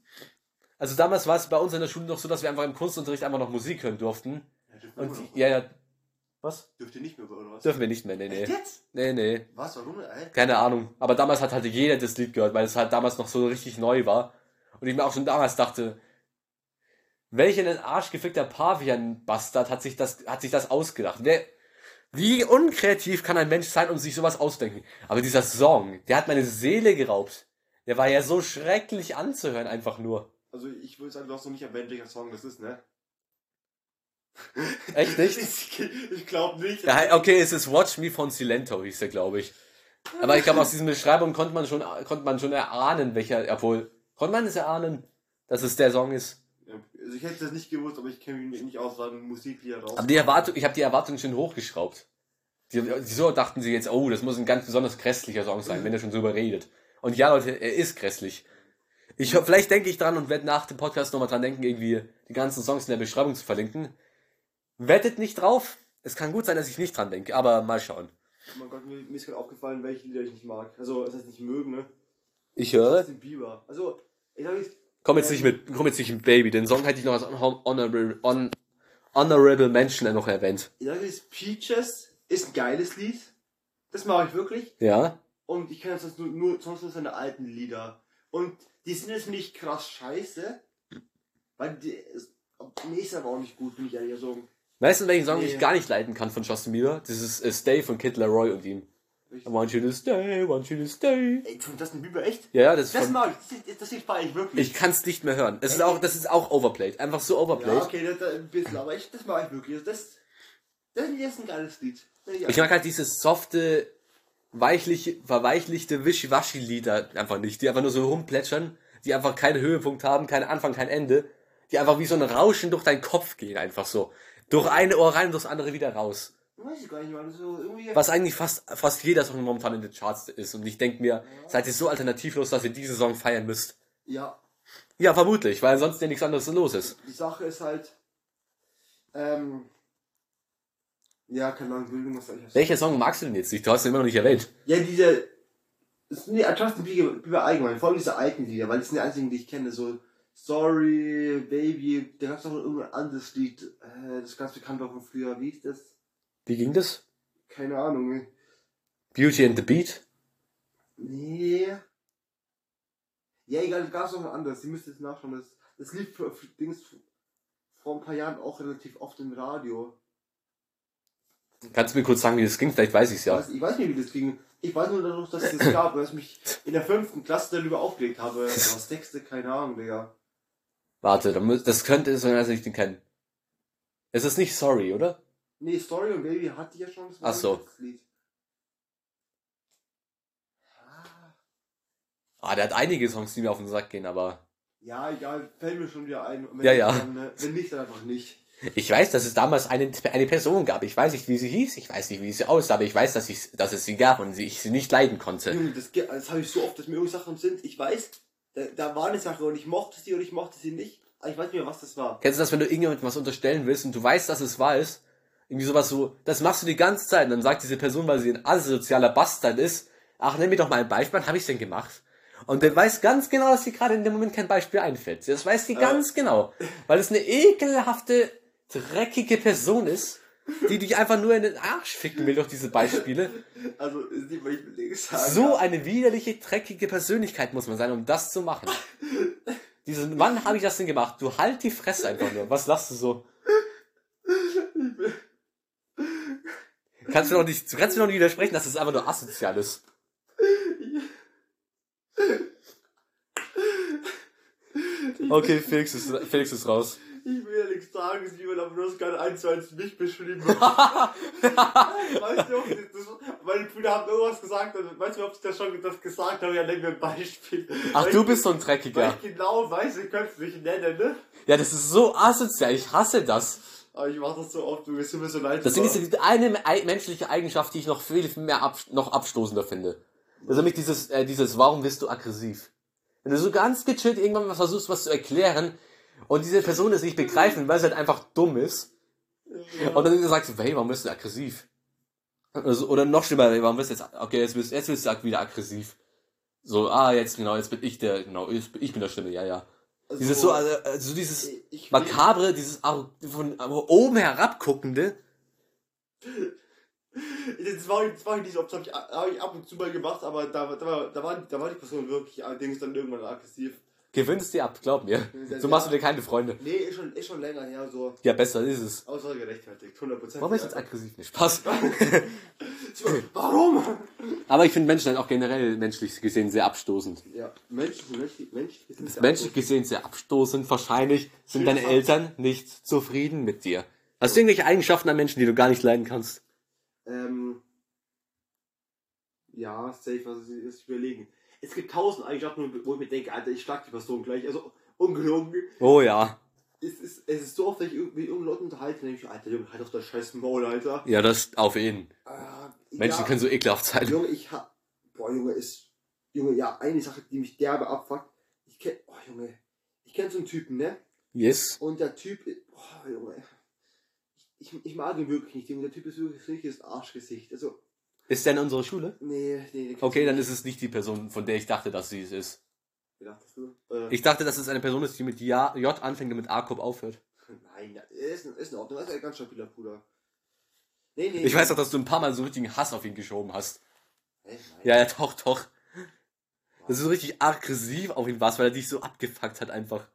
Speaker 2: Also damals war es bei uns in der Schule noch so, dass wir einfach im Kunstunterricht einfach noch Musik hören durften.
Speaker 1: ja dürft ihr
Speaker 2: Und
Speaker 1: immer noch.
Speaker 2: die, ja, ja. Was?
Speaker 1: Dürft ihr nicht mehr, oder was?
Speaker 2: Dürfen wir nicht mehr, nee, nee.
Speaker 1: Echt jetzt?
Speaker 2: Nee, nee.
Speaker 1: Was? Warum? Ey?
Speaker 2: Keine Ahnung. Aber damals hat halt jeder das Lied gehört, weil es halt damals noch so richtig neu war. Und ich mir auch schon damals dachte, welch ein arschgefickter Pavian-Bastard hat sich das, hat sich das ausgedacht? Wer, wie unkreativ kann ein Mensch sein und sich sowas ausdenken? Aber dieser Song, der hat meine Seele geraubt. Der war ja so schrecklich anzuhören, einfach nur.
Speaker 1: Also ich würde sagen, du hast noch nicht erwähnt, welcher Song das ist, ne?
Speaker 2: Echt nicht?
Speaker 1: Ich, ich glaube nicht.
Speaker 2: Ja, okay, es ist Watch Me von Silento, hieß der, glaube ich. Aber ich glaube, aus diesen Beschreibungen konnte man schon, konnte man schon erahnen, welcher, obwohl, konnte man es erahnen, dass es der Song ist.
Speaker 1: Also ich hätte das nicht gewusst, aber ich kenne mich nicht aus, wann Musiklieder raus.
Speaker 2: Aber die Erwartung, ich habe die Erwartung schon hochgeschraubt. Die, die, so dachten sie jetzt, oh, das muss ein ganz besonders grässlicher Song sein, wenn er schon drüber redet. Und ja, Leute, er ist grässlich. Ich, ho- vielleicht denke ich dran und werde nach dem Podcast nochmal dran denken, irgendwie die ganzen Songs in der Beschreibung zu verlinken. Wettet nicht drauf. Es kann gut sein, dass ich nicht dran denke, aber mal schauen.
Speaker 1: Oh mein Gott, mir, mir ist gerade aufgefallen, welche Lieder ich nicht mag. Also, das heißt nicht mögen, ne?
Speaker 2: Ich höre.
Speaker 1: Justin Bieber. Also, ich sag jetzt,
Speaker 2: Komm jetzt nicht mit, komm jetzt nicht mit Baby. Den Song hätte ich noch als honor- honorable, on, honorable Mention noch erwähnt.
Speaker 1: ich sag jetzt, Peaches ist ein geiles Lied. Das mag ich wirklich.
Speaker 2: Ja.
Speaker 1: Und ich kenne sonst nur, nur, sonst nur seine alten Lieder. Und die sind jetzt nicht krass scheiße. Weil die, ist, nee, ist aber auch nicht gut, bin ich ehrlich. Also,
Speaker 2: Weißt du, welchen Song ich
Speaker 1: Nee.
Speaker 2: gar nicht leiten kann von Justin Bieber? Das ist äh, Stay von Kid Laroi und ihm.
Speaker 1: ich,
Speaker 2: I want you to stay, want you to stay.
Speaker 1: ey, von Justin Bieber echt?
Speaker 2: Ja, ja, das ist
Speaker 1: Das
Speaker 2: von,
Speaker 1: mag ich, das, das, das Lied feier ich wirklich.
Speaker 2: ich kann's nicht mehr hören. Es ist auch, das ist auch overplayed. Einfach so overplayed.
Speaker 1: Ja, okay, das, das ein bisschen, aber ich, das mag ich wirklich. Also das, das ist ein geiles Lied. Ja.
Speaker 2: Ich mag halt diese softe, weichliche, verweichlichte Wischiwaschi-Lieder einfach nicht, die einfach nur so rumplätschern, die einfach keinen Höhepunkt haben, keinen Anfang, kein Ende, die einfach wie so ein Rauschen durch deinen Kopf gehen, einfach so. Durch eine Ohr rein, durchs andere wieder raus.
Speaker 1: Weiß ich gar nicht, man. So irgendwie.
Speaker 2: Was eigentlich fast, fast jeder Song momentan in den Charts ist. Und ich denke mir, seid ihr so alternativlos, dass ihr diesen Song feiern müsst?
Speaker 1: Ja,
Speaker 2: Ja, vermutlich, weil ansonsten ja nichts anderes los ist.
Speaker 1: die Sache ist halt. Ähm. Ja, keine Ahnung, Bildung, was soll ich jetzt-
Speaker 2: Welcher Song magst du denn jetzt nicht? Du hast ihn immer noch nicht erwähnt.
Speaker 1: Ja, diese. Das sind die Justin Bieber allgemein, vor allem diese alten Lieder, weil das sind die einzigen, die ich kenne. So Sorry, Baby, da gab es noch irgendein anderes Lied, äh, das ganz bekannt war von früher. Wie hieß das?
Speaker 2: Wie ging das?
Speaker 1: Keine Ahnung.
Speaker 2: Beauty and the Beat?
Speaker 1: Nee. Ja, egal, gab es noch ein anderes. Ihr müsst jetzt nachschauen. Das, das lief für, für Dings vor ein paar Jahren auch relativ oft im Radio.
Speaker 2: Kannst du mir kurz sagen, wie das ging? Vielleicht weiß ich es ja.
Speaker 1: Weiß- Ich weiß nicht, wie das ging. Ich weiß nur dadurch, dass es das gab, weil ich mich in der fünften Klasse darüber aufgeregt habe. Was Texte, keine Ahnung, Digga.
Speaker 2: Warte, dann muss- das könnte es sein, dass ich den kenne. Es ist nicht Sorry, oder?
Speaker 1: Nee, Story und Baby hatte ich ja schon. das war
Speaker 2: Ach so.
Speaker 1: Das Lied. Ah,
Speaker 2: Ah, der hat einige Songs, die mir auf den Sack gehen, aber
Speaker 1: Ja, egal, fällt mir schon wieder ein. Und
Speaker 2: Ja,
Speaker 1: nicht,
Speaker 2: ja.
Speaker 1: Dann, ne? wenn nicht, dann einfach nicht.
Speaker 2: ich weiß, dass es damals eine, eine Person gab. Ich weiß nicht, wie sie hieß, ich weiß nicht, wie sie aussah, aber ich weiß, dass, ich, dass es sie gab und sie, ich sie nicht leiden konnte.
Speaker 1: Junge, das, ge- das habe ich so oft, dass mir irgendwelche Sachen sind. Ich weiß, da, da war eine Sache und ich mochte sie und ich mochte sie nicht. Aber ich weiß nicht mehr, was das war.
Speaker 2: Kennst du das, wenn du irgendjemandem was unterstellen willst und du weißt, dass es wahr ist? Irgendwie sowas so, das machst du die ganze Zeit und dann sagt diese Person, weil sie ein asozialer Bastard ist, ach, nenn mir doch mal ein Beispiel, wann habe ich's denn gemacht? Und der weiß ganz genau, dass sie gerade in dem Moment kein Beispiel einfällt. Das weiß die
Speaker 1: Äh.
Speaker 2: ganz genau. Weil es eine ekelhafte, dreckige Person ist, die dich einfach nur in den Arsch ficken will durch diese Beispiele.
Speaker 1: Also, ist nicht, was ich will nicht sagen.
Speaker 2: So
Speaker 1: ja.
Speaker 2: eine widerliche, dreckige Persönlichkeit muss man sein, um das zu machen. Diesen, wann habe ich das denn gemacht? Du halt die Fresse einfach nur. Was lachst du so? Kannst du noch nicht, du kannst mir noch nicht widersprechen, dass es das einfach nur asozial ist. Okay, Felix ist, Felix ist raus.
Speaker 1: Ich will ja nichts sagen, es ist wie wenn aber bloß gerade eins zu eins mich beschrieben hat. weißt du, das, das, meine Brüder haben irgendwas gesagt und weißt du, ob ich das schon das gesagt habe? Ja, nenn mir ein Beispiel.
Speaker 2: Ach,
Speaker 1: Weil
Speaker 2: du
Speaker 1: ich-
Speaker 2: bist so ein
Speaker 1: Weil
Speaker 2: Dreckiger.
Speaker 1: ich genau weiß, ich könnte es nicht nennen, ne?
Speaker 2: Ja, das ist so asozial. Ich hasse das.
Speaker 1: Aber ich mache das so oft, du bist immer so leid.
Speaker 2: Das Ding ist, es gibt eine ei- menschliche Eigenschaft, die ich noch viel mehr ab, noch abstoßender finde. Das ist nämlich dieses, äh, dieses, warum bist du aggressiv? Wenn du so ganz gechillt irgendwann mal versuchst, was zu erklären und diese Person es nicht begreifen, weil sie halt einfach dumm ist und dann sagst du, hey, warum bist du aggressiv? Oder, so, oder noch schlimmer, hey, warum bist du jetzt, okay, jetzt bist, jetzt bist du wieder aggressiv. So, ah, jetzt genau, jetzt bin ich der, genau, ich bin ich bin der Schlimme, ja, ja. Dieses so, also, also dieses
Speaker 1: ich,
Speaker 2: makabre, dieses arro- von oben herabguckende,
Speaker 1: Das war, das war ich nicht so oft, das habe ich, hab ich ab und zu mal gemacht, aber da, da, war, da, war, da war die Person wirklich allerdings dann irgendwann aggressiv.
Speaker 2: Gewinnst dir ab, glaub mir.
Speaker 1: Ja,
Speaker 2: So machst
Speaker 1: ja.
Speaker 2: du dir keine Freunde.
Speaker 1: Nee, ist schon, ist schon länger her, so.
Speaker 2: Ja, besser ist es.
Speaker 1: Außer gerechtfertigt, 100%.
Speaker 2: Warum bin ich jetzt aggressiv? Nee, Spaß.
Speaker 1: Warum?
Speaker 2: Aber ich finde Menschen halt auch generell menschlich gesehen sehr abstoßend.
Speaker 1: Ja, Menschen sind menschlich. Menschlich ist nicht
Speaker 2: Menschlich gesehen sehr abstoßend. Wahrscheinlich sind deine
Speaker 1: Ja.
Speaker 2: Eltern nicht zufrieden mit dir. Hast du irgendwelche Eigenschaften an Menschen, die du gar nicht leiden kannst?
Speaker 1: Ähm, ja, safe, was ich jetzt überlegen. Es gibt tausend Eigenschaften, wo ich mir denke, Alter, ich schlag die Person gleich. Also, ungelogen.
Speaker 2: Oh ja.
Speaker 1: Es ist, es ist so oft, wenn ich irgendwie irgendeinen Leuten unterhalte, denke ich, Alter, Junge, halt auf dein scheiß Maul, Alter.
Speaker 2: Ja, das auf jeden.
Speaker 1: Ah,
Speaker 2: Menschen
Speaker 1: ja.
Speaker 2: können so ekelhaft sein.
Speaker 1: Junge, ich hab. Boah, Junge, ist. Junge, ja, eine Sache, die mich derbe abfuckt. Ich kenn. Oh, Junge. Ich kenn so einen Typen, ne?
Speaker 2: Yes.
Speaker 1: Und der Typ. i- Boah, Junge. Ich, ich, ich mag ihn wirklich nicht, Junge. Der Typ ist wirklich ein richtiges Arschgesicht. Also,
Speaker 2: Ist der in unserer Schule?
Speaker 1: nee, nee, nee.
Speaker 2: Okay, dann ist es nicht die Person, von der ich dachte, dass sie es ist.
Speaker 1: Wie dachtest du? Äh,
Speaker 2: Ich dachte, dass es eine Person ist, die mit Ja- J anfängt und mit A-Kopf aufhört.
Speaker 1: nein, er ist, ist in Ordnung. Er ist ein ganz stabiler Bruder. Nee, nee.
Speaker 2: Ich weiß auch, dass du ein paar Mal so richtigen Hass auf ihn geschoben hast.
Speaker 1: Hä, nein.
Speaker 2: Ja, ja, doch, doch. Das ist so richtig aggressiv auf ihn warst, weil er dich so abgefuckt hat einfach.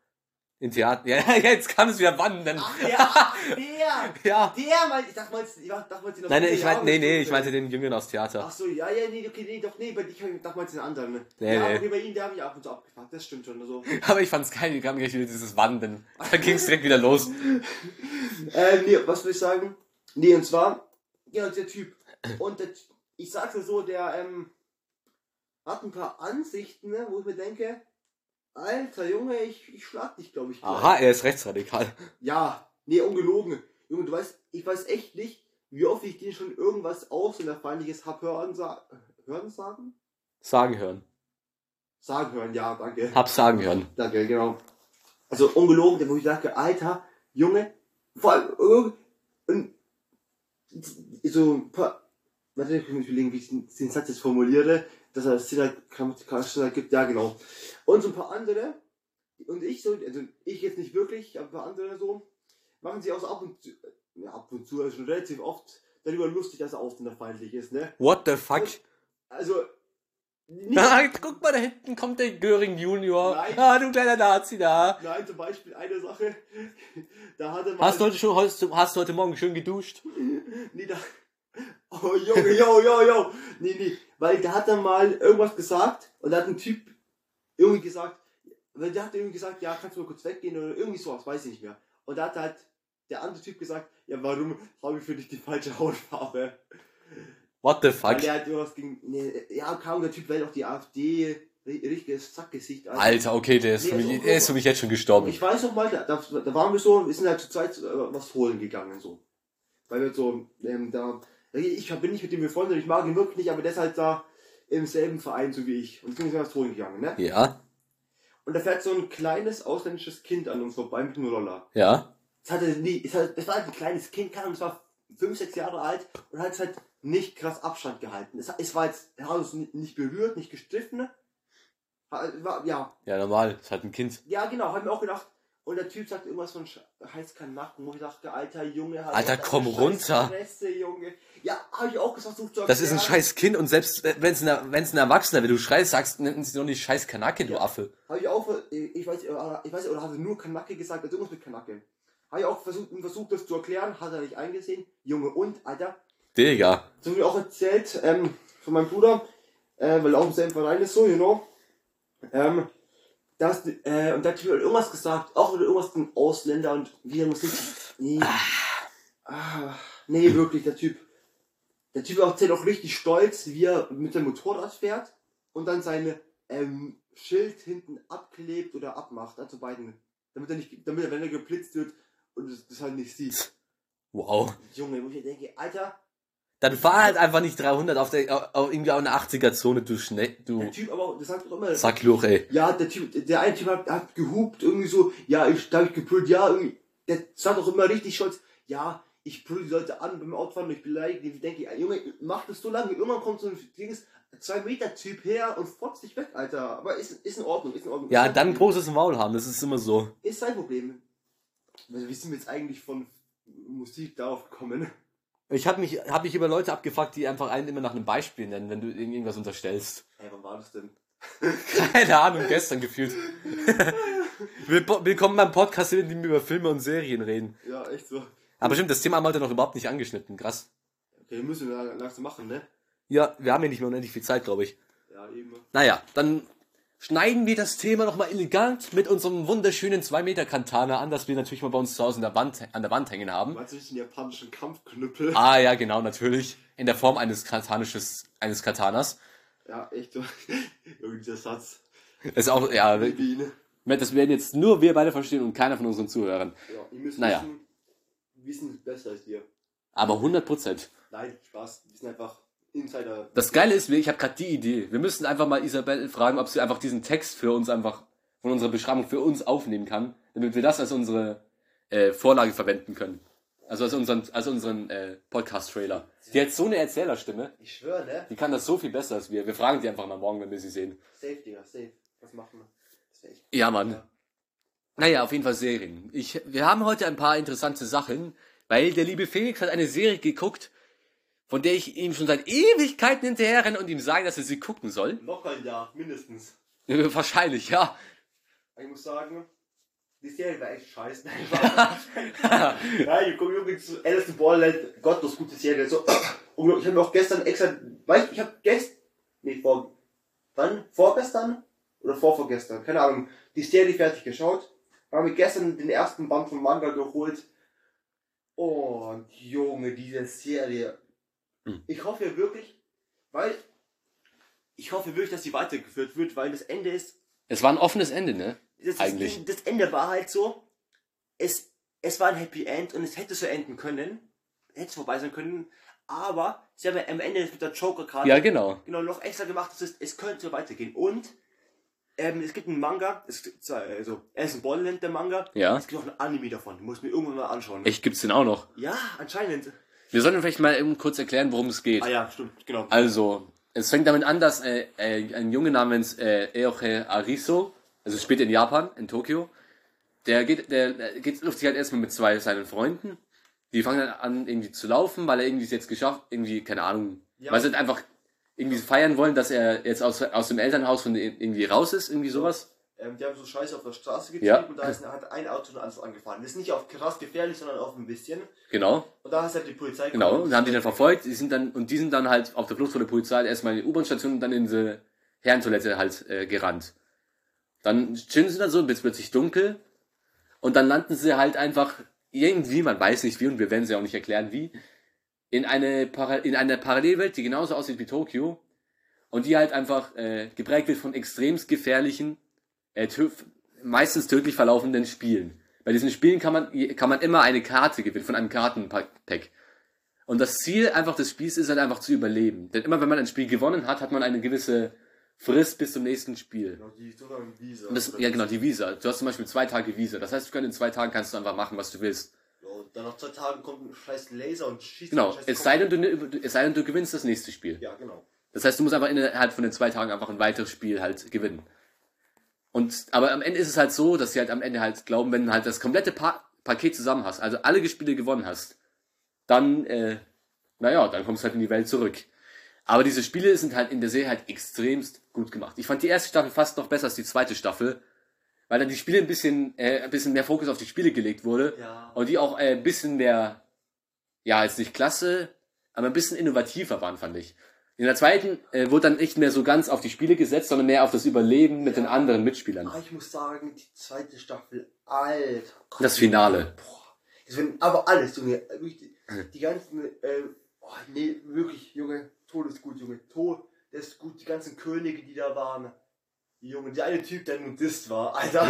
Speaker 2: Im Theater. Ja, ja, jetzt kann es wieder wandern.
Speaker 1: Ach, der, ach, der!
Speaker 2: Ja.
Speaker 1: Der, mein, ich dachte, meinst, ich dachte, meinst du noch
Speaker 2: Nein, nein,
Speaker 1: die
Speaker 2: ich meinte, nee, nee, ich
Speaker 1: Jahre-
Speaker 2: meinte den Jüngeren aus Theater.
Speaker 1: Ach so, ja, ja, nee, okay, nee, doch, nee, bei ich hab ich damals den anderen. ne?
Speaker 2: Nee,
Speaker 1: ja,
Speaker 2: nee.
Speaker 1: okay, bei ihm, der hab ich ab und zu abgepackt, das stimmt schon. Also.
Speaker 2: Aber ich fand's geil, wir kamen gleich wieder dieses Wandern. Da ging's direkt wieder los.
Speaker 1: äh, nee, was will ich sagen? Nee, und zwar, ja, und der Typ. Und der, Ty- ich sag's dir so, der, ähm, hat ein paar Ansichten, ne, wo ich mir denke, alter Junge, ich, ich schlag dich, glaube ich. gleich.
Speaker 2: Aha, er ist rechtsradikal.
Speaker 1: Ja, nee, ungelogen. Junge, du weißt, ich weiß echt nicht, wie oft ich denen schon irgendwas aus und erfeindliches hab hören, sa hören sagen?
Speaker 2: Sagen hören.
Speaker 1: Sagen hören, ja, danke.
Speaker 2: Hab sagen hören.
Speaker 1: Danke, genau. Also ungelogen, wo ich dachte, Alter, Junge, vor allem irgend- und so ein paar, warte, ich muss überlegen, wie ich den, den Satz jetzt formuliere, dass er das Zähler Kamikaze gibt. Ja, genau. Und so ein paar andere, und ich so, also ich jetzt nicht wirklich, aber ein paar andere so, machen sich auch so ab und zu, ja, ab und zu, also schon relativ oft, darüber lustig, dass er ausländerfeindlich ist, ne?
Speaker 2: What the fuck?
Speaker 1: Also, nicht,
Speaker 2: Ah, jetzt guck mal, da hinten kommt der Göring Junior.
Speaker 1: Nein.
Speaker 2: Ah, du kleiner Nazi da.
Speaker 1: nein, zum Beispiel eine Sache, da hat er mal.
Speaker 2: Hast du heute schon heute, hast du heute Morgen schön geduscht?
Speaker 1: Nee, da. Oh, Junge, yo, yo, yo. Nee, nee. Weil da hat er mal irgendwas gesagt und da hat ein Typ irgendwie gesagt, weil der hat irgendwie gesagt, ja, kannst du mal kurz weggehen oder irgendwie sowas, weiß ich nicht mehr. Und da hat halt der andere Typ gesagt, ja, warum habe ich für dich die falsche Hautfarbe?
Speaker 2: What the
Speaker 1: Weil
Speaker 2: fuck?
Speaker 1: der hat irgendwas gegen. Nee, ja, kam der Typ, weil auch die AfD ri- richtiges Zackgesicht an.
Speaker 2: Alter, okay, der ist,
Speaker 1: Nee,
Speaker 2: für mich,
Speaker 1: also-
Speaker 2: der ist für mich jetzt schon gestorben.
Speaker 1: Ich weiß noch mal, da, da, da waren wir so, wir sind halt zur Zeit äh, was holen gegangen, so. Weil wir so, ähm, da, ich bin nicht mit dem befreundet, ich mag ihn wirklich nicht, aber der ist halt da im selben Verein, so wie ich. Und sind wir was holen gegangen, ne?
Speaker 2: Ja,
Speaker 1: Und da fährt so ein kleines ausländisches Kind an uns vorbei mit einem Roller.
Speaker 2: ja.
Speaker 1: Es hatte nie, es, hat, es war halt ein kleines Kind, kann es war fünf, sechs Jahre alt und hat es halt nicht krass Abstand gehalten. Es, es war jetzt, er hat uns ni- nicht berührt, nicht gestriffen. Hat- War, ja,
Speaker 2: Ja, normal. Ist halt ein Kind.
Speaker 1: ja, genau, hab mir auch gedacht. Und der Typ sagt irgendwas von Sch- heiß Kanacken, wo ich dachte, alter Junge, halt
Speaker 2: Alter,
Speaker 1: doch deine
Speaker 2: komm
Speaker 1: scheiß
Speaker 2: runter.
Speaker 1: Fresse, Junge. Ja, hab ich auch gesagt, such zu
Speaker 2: Das ist ein
Speaker 1: erklären.
Speaker 2: scheiß Kind und selbst wenn es ein, wenn's ein Erwachsener wäre, du schreist, sagst, nennt sich doch nicht scheiß Kanake, du
Speaker 1: Ja.
Speaker 2: Affe.
Speaker 1: Hab ich auch, äh, ich weiß, ich weiß, oder hatte nur Kanacke gesagt, also irgendwas mit Kanacke. Hab ich auch versucht, versucht, das zu erklären, hat er nicht eingesehen. Junge, und, Alter,
Speaker 2: Digga.
Speaker 1: So wie auch erzählt ähm, von meinem Bruder, äh, weil er auch im selben Verein ist, so, you know. Ähm, das, äh, und da hat mir irgendwas gesagt, auch wieder irgendwas mit Ausländer und wir muss nicht. Nee. Ah, nee, wirklich, der Typ. Der Typ erzählt auch richtig stolz, wie er mit dem Motorrad fährt und dann seine ähm, Schild hinten abklebt oder abmacht, also beiden. Damit er nicht, damit er, wenn er geblitzt wird und das, das halt nicht sieht.
Speaker 2: Wow.
Speaker 1: Junge, wo ich mir denke, Alter,
Speaker 2: Dann fahr halt einfach nicht 300 auf der, auf irgendwie auf einer 80er-Zone, du Schnell,
Speaker 1: der
Speaker 2: du
Speaker 1: Typ aber, das sagt doch immer,
Speaker 2: Sackloch, ey.
Speaker 1: Ja, der Typ, der eine Typ hat, hat gehupt, irgendwie so, ja, ich, da hab ich gebrüllt, ja, irgendwie, der sagt auch immer richtig stolz, ja, ich brülle die Leute an beim Autofahren, ich beleidige die, ich denke, ja, Junge, mach das so lange, irgendwann kommt so ein Dings, zwei Meter Typ her und fotzt dich weg, Alter, aber ist, ist in Ordnung, ist in Ordnung.
Speaker 2: Ja, dann großes Maul haben, das ist immer so.
Speaker 1: Ist sein Problem. Also, wie sind wir jetzt eigentlich von Musik darauf gekommen?
Speaker 2: Ich habe mich, hab mich über Leute abgefuckt, die einfach einen immer nach einem Beispiel nennen, wenn du ihnen irgendwas unterstellst.
Speaker 1: Hey, wann war das denn?
Speaker 2: Keine Ahnung, gestern gefühlt. Willpo- Willkommen beim Podcast, in dem wir über Filme und Serien reden.
Speaker 1: Ja, echt so.
Speaker 2: Aber stimmt, das Thema haben wir heute noch überhaupt nicht angeschnitten, krass.
Speaker 1: Okay, müssen wir langsam machen, ne?
Speaker 2: Ja, wir haben ja nicht mehr unendlich viel Zeit, glaube ich.
Speaker 1: Ja, eben.
Speaker 2: Naja, dann schneiden wir das Thema nochmal elegant mit unserem wunderschönen 2-Meter-Kantana an, das wir natürlich mal bei uns zu Hause an der Wand, an der Wand hängen haben.
Speaker 1: Meinst du nicht den japanischen Kampfknüppel?
Speaker 2: Ah ja, genau, natürlich. In der Form eines katanisches, eines Katanas.
Speaker 1: Ja, echt so. Irgendwie dieser Satz.
Speaker 2: Das ist auch, ja,
Speaker 1: Biene.
Speaker 2: das werden jetzt nur wir beide verstehen und keiner von unseren Zuhörern.
Speaker 1: Ja, ihr müsst
Speaker 2: Naja.
Speaker 1: wissen, wir sind besser als ihr.
Speaker 2: Aber 100 Prozent.
Speaker 1: Nein, Spaß, wir sind einfach Insider.
Speaker 2: Das Geile ist, wir- ich habe gerade die Idee. Wir müssen einfach mal Isabel fragen, ob sie einfach diesen Text für uns einfach von unserer Beschreibung für uns aufnehmen kann, damit wir das als unsere äh, Vorlage verwenden können. Also als unseren, als unseren äh, Podcast-Trailer. Die hat so eine Erzählerstimme.
Speaker 1: Ich schwöre, ne?
Speaker 2: Die kann das so viel besser als wir. Wir fragen die einfach mal morgen, wenn wir sie sehen.
Speaker 1: Safe, Digga, safe. Was machen wir? Das wär echt.
Speaker 2: Ja, Mann.
Speaker 1: Ja.
Speaker 2: Naja, auf jeden Fall Serien. Ich, wir haben heute ein paar interessante Sachen, weil der liebe Felix hat eine Serie geguckt, von der ich ihm schon seit Ewigkeiten hinterherrenne und ihm sage, dass er sie gucken soll.
Speaker 1: Noch ein Jahr, mindestens.
Speaker 2: Wahrscheinlich, ja.
Speaker 1: Ich muss sagen, die Serie war echt scheiße. Nein, Spaß. Nein, ich gucke übrigens zu Alice in Borderland. Gottlos gute Serie. So, unglaublich. ich habe mir auch gestern extra. Weißt du, ich habe gestern. Nee, vor. Wann? Vorgestern? Oder vorvorgestern? Keine Ahnung. Die Serie fertig geschaut. Habe mir gestern den ersten Band vom Manga geholt. Und Junge, diese Serie.
Speaker 2: Hm.
Speaker 1: Ich hoffe ja wirklich, weil. Ich hoffe wirklich, dass sie weitergeführt wird, weil das Ende ist
Speaker 2: Es war ein offenes Ende, ne?
Speaker 1: das, ist-
Speaker 2: Eigentlich.
Speaker 1: Das, Ende war halt so, es, es war ein Happy End und es hätte so enden können, hätte es vorbei sein können, aber sie haben ja am Ende mit der Joker-Karte
Speaker 2: Ja, genau.
Speaker 1: genau noch extra gemacht, dass es, es könnte so weitergehen. Und ähm, es gibt einen Manga, es gibt zwar, also er ist ein Borderland, der Manga,
Speaker 2: Ja.
Speaker 1: es gibt auch ein Anime davon, den muss ich mir irgendwann mal anschauen.
Speaker 2: Echt, gibt's den auch noch?
Speaker 1: Ja, anscheinend.
Speaker 2: Wir sollten vielleicht mal eben kurz erklären, worum es geht.
Speaker 1: Ah ja, stimmt, genau.
Speaker 2: Also, Es fängt damit an, dass äh, äh, ein Junge namens äh, Eoche Ariso, also spielt in Japan, in Tokio, der geht, der, der geht trifft sich halt erstmal mit zwei seinen Freunden. Die fangen dann an, irgendwie zu laufen, weil er irgendwie es jetzt geschafft, irgendwie, keine Ahnung,
Speaker 1: Ja.
Speaker 2: weil sie halt einfach irgendwie feiern wollen, dass er jetzt aus, aus dem Elternhaus von denen irgendwie raus ist, irgendwie sowas.
Speaker 1: Ähm, die haben so Scheiße auf der Straße getrieben
Speaker 2: Ja.
Speaker 1: und da ist, hat ein Auto ein anderes angefahren. Das ist nicht auf krass gefährlich, sondern auf ein bisschen.
Speaker 2: Genau.
Speaker 1: Und da hast du halt die Polizei
Speaker 2: Genau,
Speaker 1: gekommen.
Speaker 2: und haben die dann verfolgt, die sind dann, und die sind dann halt auf der Flucht vor der Polizei erstmal in die U-Bahn-Station und dann in die Herrentoilette halt äh, gerannt. Dann chillen sie dann so, bis plötzlich dunkel, und dann landen sie halt einfach irgendwie, man weiß nicht wie, und wir werden sie auch nicht erklären wie, in eine, Para in eine Parallelwelt, die genauso aussieht wie Tokio, und die halt einfach äh, geprägt wird von extremst gefährlichen, äh, tö meistens tödlich verlaufenden Spielen. Bei diesen Spielen kann man, kann man immer eine Karte gewinnen, von einem Kartenpack. Und das Ziel einfach des Spiels ist halt einfach zu überleben. Denn immer wenn man ein Spiel gewonnen hat, hat man eine gewisse Frist bis zum nächsten Spiel.
Speaker 1: Genau, die sogenannten Visa.
Speaker 2: Und das, ja genau, die Visa. Du hast zum Beispiel zwei Tage Visa. Das heißt, du kannst in zwei Tagen kannst du einfach machen, was du willst.
Speaker 1: Ja, Und dann nach zwei Tagen kommt ein scheiß Laser und schießt
Speaker 2: Genau.
Speaker 1: den scheiß
Speaker 2: Es sei denn, du, es sei denn, du gewinnst das nächste Spiel.
Speaker 1: Ja, genau.
Speaker 2: Das heißt, du musst einfach innerhalb von den zwei Tagen einfach ein weiteres Spiel halt gewinnen. Und, aber am Ende ist es halt so, dass sie halt am Ende halt glauben, wenn du halt das komplette pa Paket zusammen hast, also alle Spiele gewonnen hast, dann, äh, naja, dann kommst du halt in die Welt zurück. Aber diese Spiele sind halt in der Serie halt extremst gut gemacht. Ich fand die erste Staffel fast noch besser als die zweite Staffel, weil dann die Spiele ein bisschen, äh, ein bisschen mehr Fokus auf die Spiele gelegt wurde
Speaker 1: Ja.
Speaker 2: und die auch äh, ein bisschen mehr, ja, jetzt nicht klasse, aber ein bisschen innovativer waren, fand ich. In der zweiten äh, wurde dann nicht mehr so ganz auf die Spiele gesetzt, sondern mehr auf das Überleben mit den anderen Mitspielern.
Speaker 1: Aber ich muss sagen, die zweite Staffel, Alter. Gott.
Speaker 2: Das Finale.
Speaker 1: Boah. Das wenn, aber alles, Junge. Wirklich, die, die ganzen, ähm, oh, nee, wirklich, Junge. Tod ist gut, Junge. Tod ist gut. Die ganzen Könige, die da waren. Junge, der eine Typ, der Nudist war, Alter.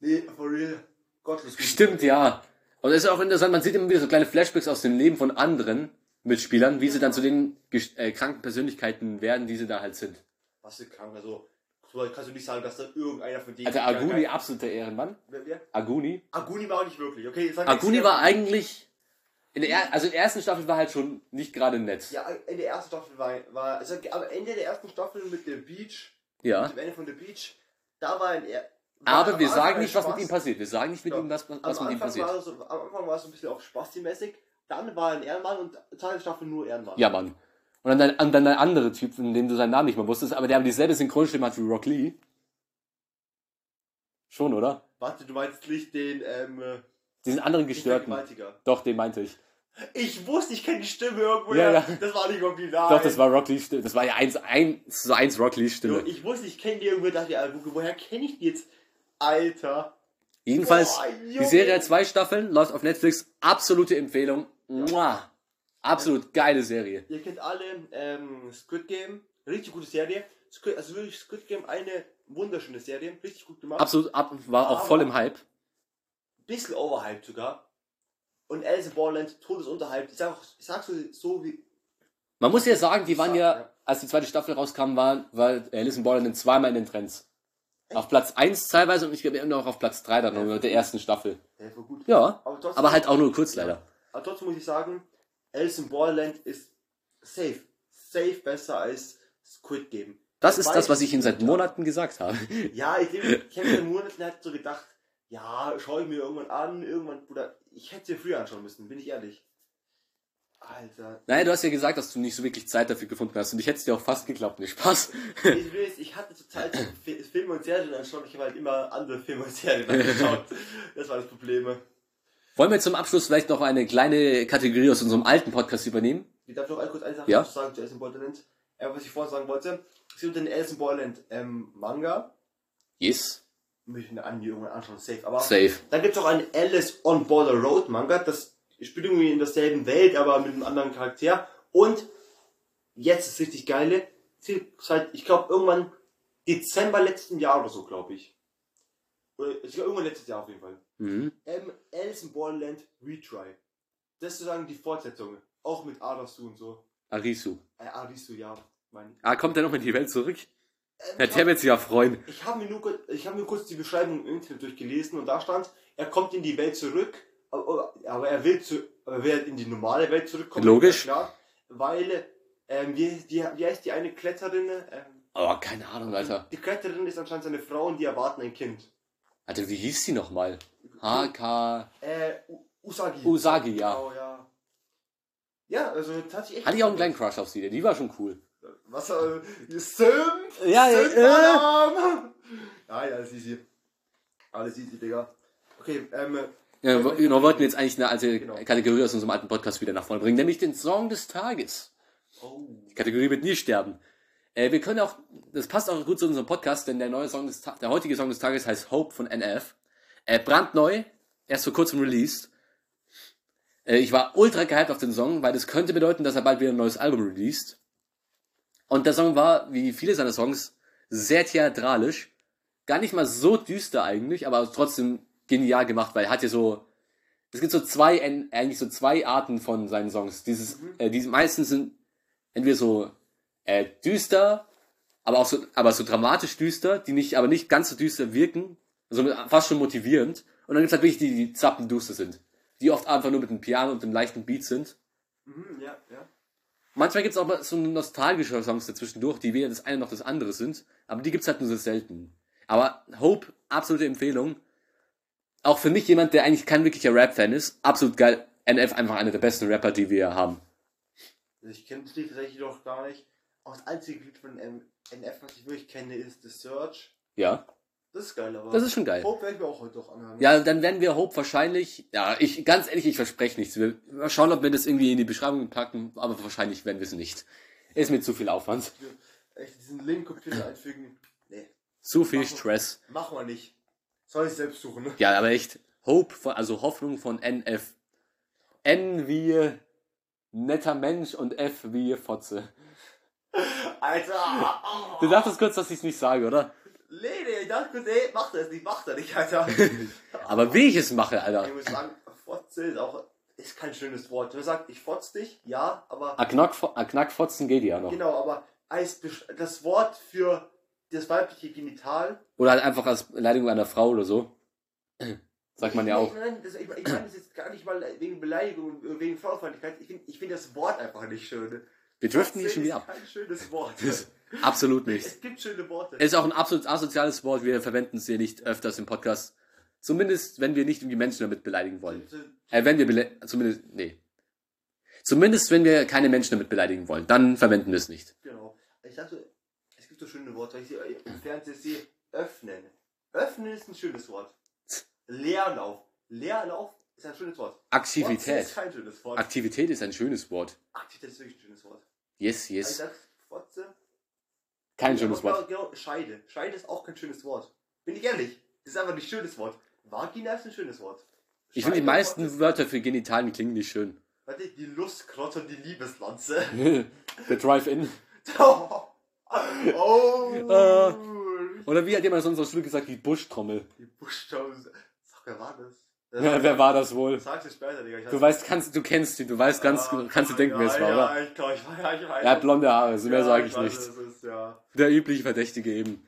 Speaker 1: nee, for real. Gottlos gut.
Speaker 2: Stimmt, ja. Und es ist auch interessant, man sieht immer wieder so kleine Flashbacks aus dem Leben von anderen Mitspielern, wie sie dann zu den ges- äh, kranken Persönlichkeiten werden, die sie da halt sind.
Speaker 1: Was für krank, also. so Kannst du nicht sagen, dass da irgendeiner von denen.
Speaker 2: Also Aguni, absoluter Ehrenmann.
Speaker 1: Wer- wer?
Speaker 2: Aguni.
Speaker 1: Aguni war auch nicht wirklich, okay? sag jetzt-
Speaker 2: Aguni war eigentlich, in der, er- also in der ersten Staffel war halt schon nicht gerade nett.
Speaker 1: Ja, in der ersten Staffel war, war also am Ende der ersten Staffel mit The Beach,
Speaker 2: Ja.
Speaker 1: am Ende von The Beach, da war ein. er- war
Speaker 2: Aber
Speaker 1: am
Speaker 2: wir sagen
Speaker 1: Anfang
Speaker 2: nicht, was mit
Speaker 1: Spaß. also
Speaker 2: ihm passiert. Wir sagen nicht mit
Speaker 1: Ja.
Speaker 2: ihm, was, was
Speaker 1: am
Speaker 2: mit ihm
Speaker 1: Anfang
Speaker 2: passiert.
Speaker 1: War er so, am Anfang war es so ein bisschen auch spastimäßig, dann war er ein Ehrenmann und zweite Staffel nur Ehrenmann.
Speaker 2: Ja, Mann. Und dann, und dann der andere Typ, von dem du seinen Namen nicht mehr wusstest, aber der aber dieselbe Synchronstimme hat wie Rock Lee. Schon, oder?
Speaker 1: Warte, du meinst nicht den, ähm, nicht
Speaker 2: Diesen anderen
Speaker 1: den
Speaker 2: Gestörten.
Speaker 1: Gewaltiger.
Speaker 2: Doch, den meinte ich.
Speaker 1: Ich wusste, ich kenne die Stimme irgendwo.
Speaker 2: Ja,
Speaker 1: her.
Speaker 2: ja.
Speaker 1: Das war nicht original.
Speaker 2: Doch, das war Rock Lees Stimme. Das war ja eins, eins zu eins Rock Lees Stimme.
Speaker 1: Jo, Ich wusste, ich kenne die irgendwo, dachte, ja, wo- woher kenne ich die jetzt? Alter.
Speaker 2: Jedenfalls,
Speaker 1: Boah,
Speaker 2: die
Speaker 1: Junge.
Speaker 2: Serie hat zwei Staffeln, läuft auf Netflix. Absolute Empfehlung. Mua. Absolut geile Serie.
Speaker 1: Ihr kennt alle ähm, Squid Game, richtig gute Serie. Squid, also wirklich Squid Game, eine wunderschöne Serie, richtig gut gemacht.
Speaker 2: Absolut ab, war auch voll im Hype.
Speaker 1: Bisschen overhyped sogar. Und Alice in Borderland, todesunterhalb. Ich sag, auch- ich sag so, so wie.
Speaker 2: Man muss ja sagen, die waren
Speaker 1: Ja.
Speaker 2: ja, als die zweite Staffel rauskam, war, war Alice in Borderland zweimal in den Trends. Auf Platz 1 teilweise und ich glaube immer noch auf Platz 3 dann ja. der ersten Staffel.
Speaker 1: Ja, voll gut.
Speaker 2: Ja,
Speaker 1: Aber, trotzdem,
Speaker 2: aber halt auch nur kurz leider.
Speaker 1: aber trotzdem muss ich sagen, Alice in Borderland ist safe. Safe besser als Squid Game.
Speaker 2: Das ist das, was ich Ihnen seit Monaten gesagt habe.
Speaker 1: Ja, ich, denk, ich habe mir nur halt so gedacht, ja, schau ich mir irgendwann an, irgendwann, Bruder, ich hätte sie früher anschauen müssen, bin ich ehrlich. Alter,
Speaker 2: Naja, du hast ja gesagt, dass du nicht so wirklich Zeit dafür gefunden hast und ich hätte es dir auch fast geglaubt, nicht Spaß.
Speaker 1: Ich will jetzt, ich hatte zur Zeit Fi- Filme und Serien anschauen, ich habe halt immer andere Filme und Serien angeschaut. Das war das Problem.
Speaker 2: Wollen wir zum Abschluss vielleicht noch eine kleine Kategorie aus unserem alten Podcast übernehmen?
Speaker 1: Ich darf noch ein- kurz eine Sache
Speaker 2: Ja.
Speaker 1: dazu sagen zu Alice in Borderland. Äh, was ich vorhin sagen wollte, es gibt den Alice in Borderland ähm, Manga.
Speaker 2: Yes,
Speaker 1: Möchte ich mir an, irgendwann anschauen, safe. Aber
Speaker 2: safe.
Speaker 1: dann gibt es auch einen Alice on Border Road Manga. Das spielt irgendwie in derselben Welt, aber mit einem anderen Charakter. Und jetzt ist richtig geile. sie- Seit, ich glaube, irgendwann Dezember letzten Jahr oder so, glaube ich. Oder ich glaub, irgendwann letztes Jahr auf jeden Fall.
Speaker 2: Mhm.
Speaker 1: ähm, Alice in Borderland Retry. Das ist sozusagen die Fortsetzung. Auch mit Adasu und so.
Speaker 2: Arisu.
Speaker 1: Äh, Arisu, ja. Mein,
Speaker 2: Ah, kommt er noch in die Welt zurück?
Speaker 1: ähm,
Speaker 2: Ja,
Speaker 1: ich
Speaker 2: der
Speaker 1: hab-
Speaker 2: wird sich ja freuen.
Speaker 1: ich habe mir, nur kurz- ich hab mir kurz die Beschreibung im Internet durchgelesen und da stand, er kommt in die Welt zurück, halt aber, aber er will, zu, aber er will in die normale Welt zurückkommen.
Speaker 2: Logisch.
Speaker 1: ja Klar, weil Ähm, wie, die, wie heißt die eine Kletterin? Ähm,
Speaker 2: Aber Oh, keine Ahnung, Alter.
Speaker 1: die Kletterin ist anscheinend seine Frau und die erwarten ein Kind.
Speaker 2: Alter, wie hieß sie nochmal? HK
Speaker 1: Äh, U- Usagi.
Speaker 2: Usagi, ja.
Speaker 1: Genau, ja. Ja, also tatsächlich.
Speaker 2: Hatte ich auch einen kleinen Crush auf sie, die war schon cool.
Speaker 1: Was? Äh, Simp?
Speaker 3: Ja, ja,
Speaker 1: Simp,
Speaker 3: äh.
Speaker 1: Alarm! Ja, ja, alles easy. Alles easy, Digga. Okay, ähm,
Speaker 2: Ja, wir genau, wollten jetzt eigentlich eine alte
Speaker 1: Genau.
Speaker 2: Kategorie aus unserem alten Podcast wieder nach vorne bringen, nämlich den Song des Tages.
Speaker 1: oh,
Speaker 2: Die Kategorie wird nie sterben. Äh, wir können auch, das passt auch gut zu unserem Podcast, denn der neue Song des Ta- der heutige Song des Tages heißt Hope von NF. Äh, brandneu, erst vor kurzem released. Äh, ich war ultra gehypt auf den Song, weil das könnte bedeuten, dass er bald wieder ein neues Album released. Und der Song war, wie viele seiner Songs, sehr theatralisch. Gar nicht mal so düster eigentlich, aber trotzdem genial gemacht, weil er hat ja so. Es gibt so zwei, en- eigentlich so zwei Arten von seinen Songs. Dieses, äh, die meistens sind entweder so äh, düster, aber auch so, aber so dramatisch düster, die nicht, aber nicht ganz so düster wirken, also mit- fast schon motivierend. Und dann gibt's halt wirklich die, die zappenduster sind, die oft einfach nur mit dem Piano und dem leichten Beat sind.
Speaker 1: mhm, ja, ja.
Speaker 2: Manchmal gibt's auch mal so nostalgische Songs dazwischendurch, die weder das eine noch das andere sind, aber die gibt's halt nur sehr selten. Aber Hope, absolute Empfehlung. Auch für mich jemand, der eigentlich kein wirklicher Rap-Fan ist, absolut geil. NF einfach einer der besten Rapper, die wir haben.
Speaker 1: Also Ich kenne das Lied tatsächlich doch gar nicht. Auch das einzige Lied von ähm, NF, was ich wirklich kenne, ist The Search.
Speaker 2: Ja,
Speaker 1: Das ist geil, aber.
Speaker 2: das ist schon geil.
Speaker 1: Hope werde ich mir auch heute doch anhören.
Speaker 2: Ja, dann werden wir Hope wahrscheinlich, ja, ich, ganz ehrlich, ich verspreche nichts. Wir mal schauen, ob wir das irgendwie in die Beschreibung packen, aber wahrscheinlich werden wir es nicht. Ist mir zu viel Aufwand.
Speaker 1: Echt diesen Link Computer einfügen. Nee,
Speaker 2: Zu viel
Speaker 1: Machen.
Speaker 2: Stress.
Speaker 1: machen wir nicht. Soll ich selbst suchen, ne?
Speaker 2: Ja, aber echt, Hope, von, also Hoffnung von NF. N wie netter Mensch und F wie Fotze.
Speaker 1: Alter!
Speaker 2: Du dachtest kurz, dass ich es nicht sage, oder?
Speaker 1: Nee, nee, ich dachte kurz, ey, macht er es nicht, macht er nicht, Alter.
Speaker 2: Aber wie ich es mache, Alter.
Speaker 1: Ich muss sagen, Fotze ist auch ist kein schönes Wort. Wenn man sagt, ich fotz dich, ja, aber
Speaker 2: A Knack, a Knack Fotzen geht ja noch.
Speaker 1: genau, aber als Besch- das Wort für das weibliche Genital.
Speaker 2: Oder halt einfach als Beleidigung einer Frau oder so. Sagt man ja auch.
Speaker 1: Nein, nein, das, ich, ich meine das jetzt gar nicht mal wegen Beleidigung, äh, wegen Frauenfeindlichkeit. Ich finde ich find das Wort einfach nicht schön.
Speaker 2: Wir driften hier schon wieder
Speaker 1: ist
Speaker 2: ab.
Speaker 1: kein schönes Wort.
Speaker 2: Absolut nicht.
Speaker 1: es gibt schöne Worte.
Speaker 2: Es ist auch ein absolut asoziales Wort, wir verwenden es hier nicht öfters im Podcast. Zumindest, wenn wir nicht irgendwie Menschen damit beleidigen wollen. Äh, wenn wir bele zumindest, nee. Zumindest, wenn wir keine Menschen damit beleidigen wollen, dann verwenden wir es nicht.
Speaker 1: Genau. Ich dachte, es gibt so schöne Worte, wenn ich sie im Fernsehen sehe. Öffnen. Öffnen ist ein schönes Wort. Leerlauf. Leerlauf ist ein schönes Wort. Fotze ist
Speaker 2: Aktivität.
Speaker 1: kein schönes Wort.
Speaker 2: Aktivität ist ein schönes Wort.
Speaker 1: Aktivität ist wirklich ein schönes Wort.
Speaker 2: Yes,
Speaker 1: Also
Speaker 2: yes.
Speaker 1: das Fotze.
Speaker 2: Kein schönes
Speaker 1: Genau,
Speaker 2: Wort.
Speaker 1: Genau, Scheide. Scheide ist auch kein schönes Wort. Bin ich ehrlich. Das ist einfach nicht schönes Wort. Vagina ist ein schönes Wort.
Speaker 2: Ich finde, die
Speaker 1: Scheide-
Speaker 2: meisten Wörter für Genitalien klingen nicht schön.
Speaker 1: Warte, die Lustkrotze und die Liebeslanze.
Speaker 2: Der Drive-In.
Speaker 1: oh.
Speaker 2: Äh. Oder wie hat jemand aus unserer Schule gesagt, die Buschtrommel.
Speaker 1: Die Buchstaben. Sag, wer war das?
Speaker 2: Ja, wer war das wohl?
Speaker 1: Sag's dir später, Digga. Ich
Speaker 2: Du weißt, kannst, du kennst ihn, du weißt ganz, genau, kannst du denken, wer es
Speaker 1: Ah,
Speaker 2: war,
Speaker 1: ja,
Speaker 2: oder?
Speaker 1: Ja, ich glaube, ich war ja, ich weiß.
Speaker 2: Er hat blonde Haare, so mehr
Speaker 1: Ja,
Speaker 2: sage ich
Speaker 1: weiß,
Speaker 2: nicht.
Speaker 1: es Ist, ja.
Speaker 2: Der übliche Verdächtige eben.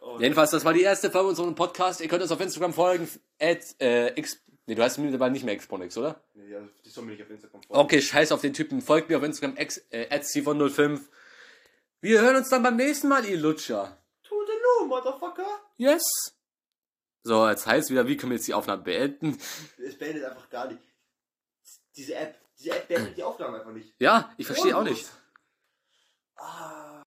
Speaker 1: Oh,
Speaker 2: Jedenfalls, das war die erste Folge unseres Podcasts. Ihr könnt uns auf Instagram folgen. At, äh, X, nee, du heißt mittlerweile nicht mehr Xponix, oder?
Speaker 1: Nee, also, die soll mir nicht auf Instagram folgen.
Speaker 2: Okay, scheiß auf den Typen. Folgt mir auf Instagram X, äh, at Sivon05. Wir hören uns dann beim nächsten Mal, ihr Lutscher.
Speaker 1: Toodaloo, Motherfucker.
Speaker 2: Yes. So, jetzt heißt wieder, wie können wir jetzt die Aufnahme beenden?
Speaker 1: Es beendet einfach gar nicht. Diese App, diese App beendet die Aufnahmen einfach nicht.
Speaker 2: Ja, ich verstehe auch
Speaker 1: Ohrenlos.
Speaker 2: nicht.
Speaker 1: Ah.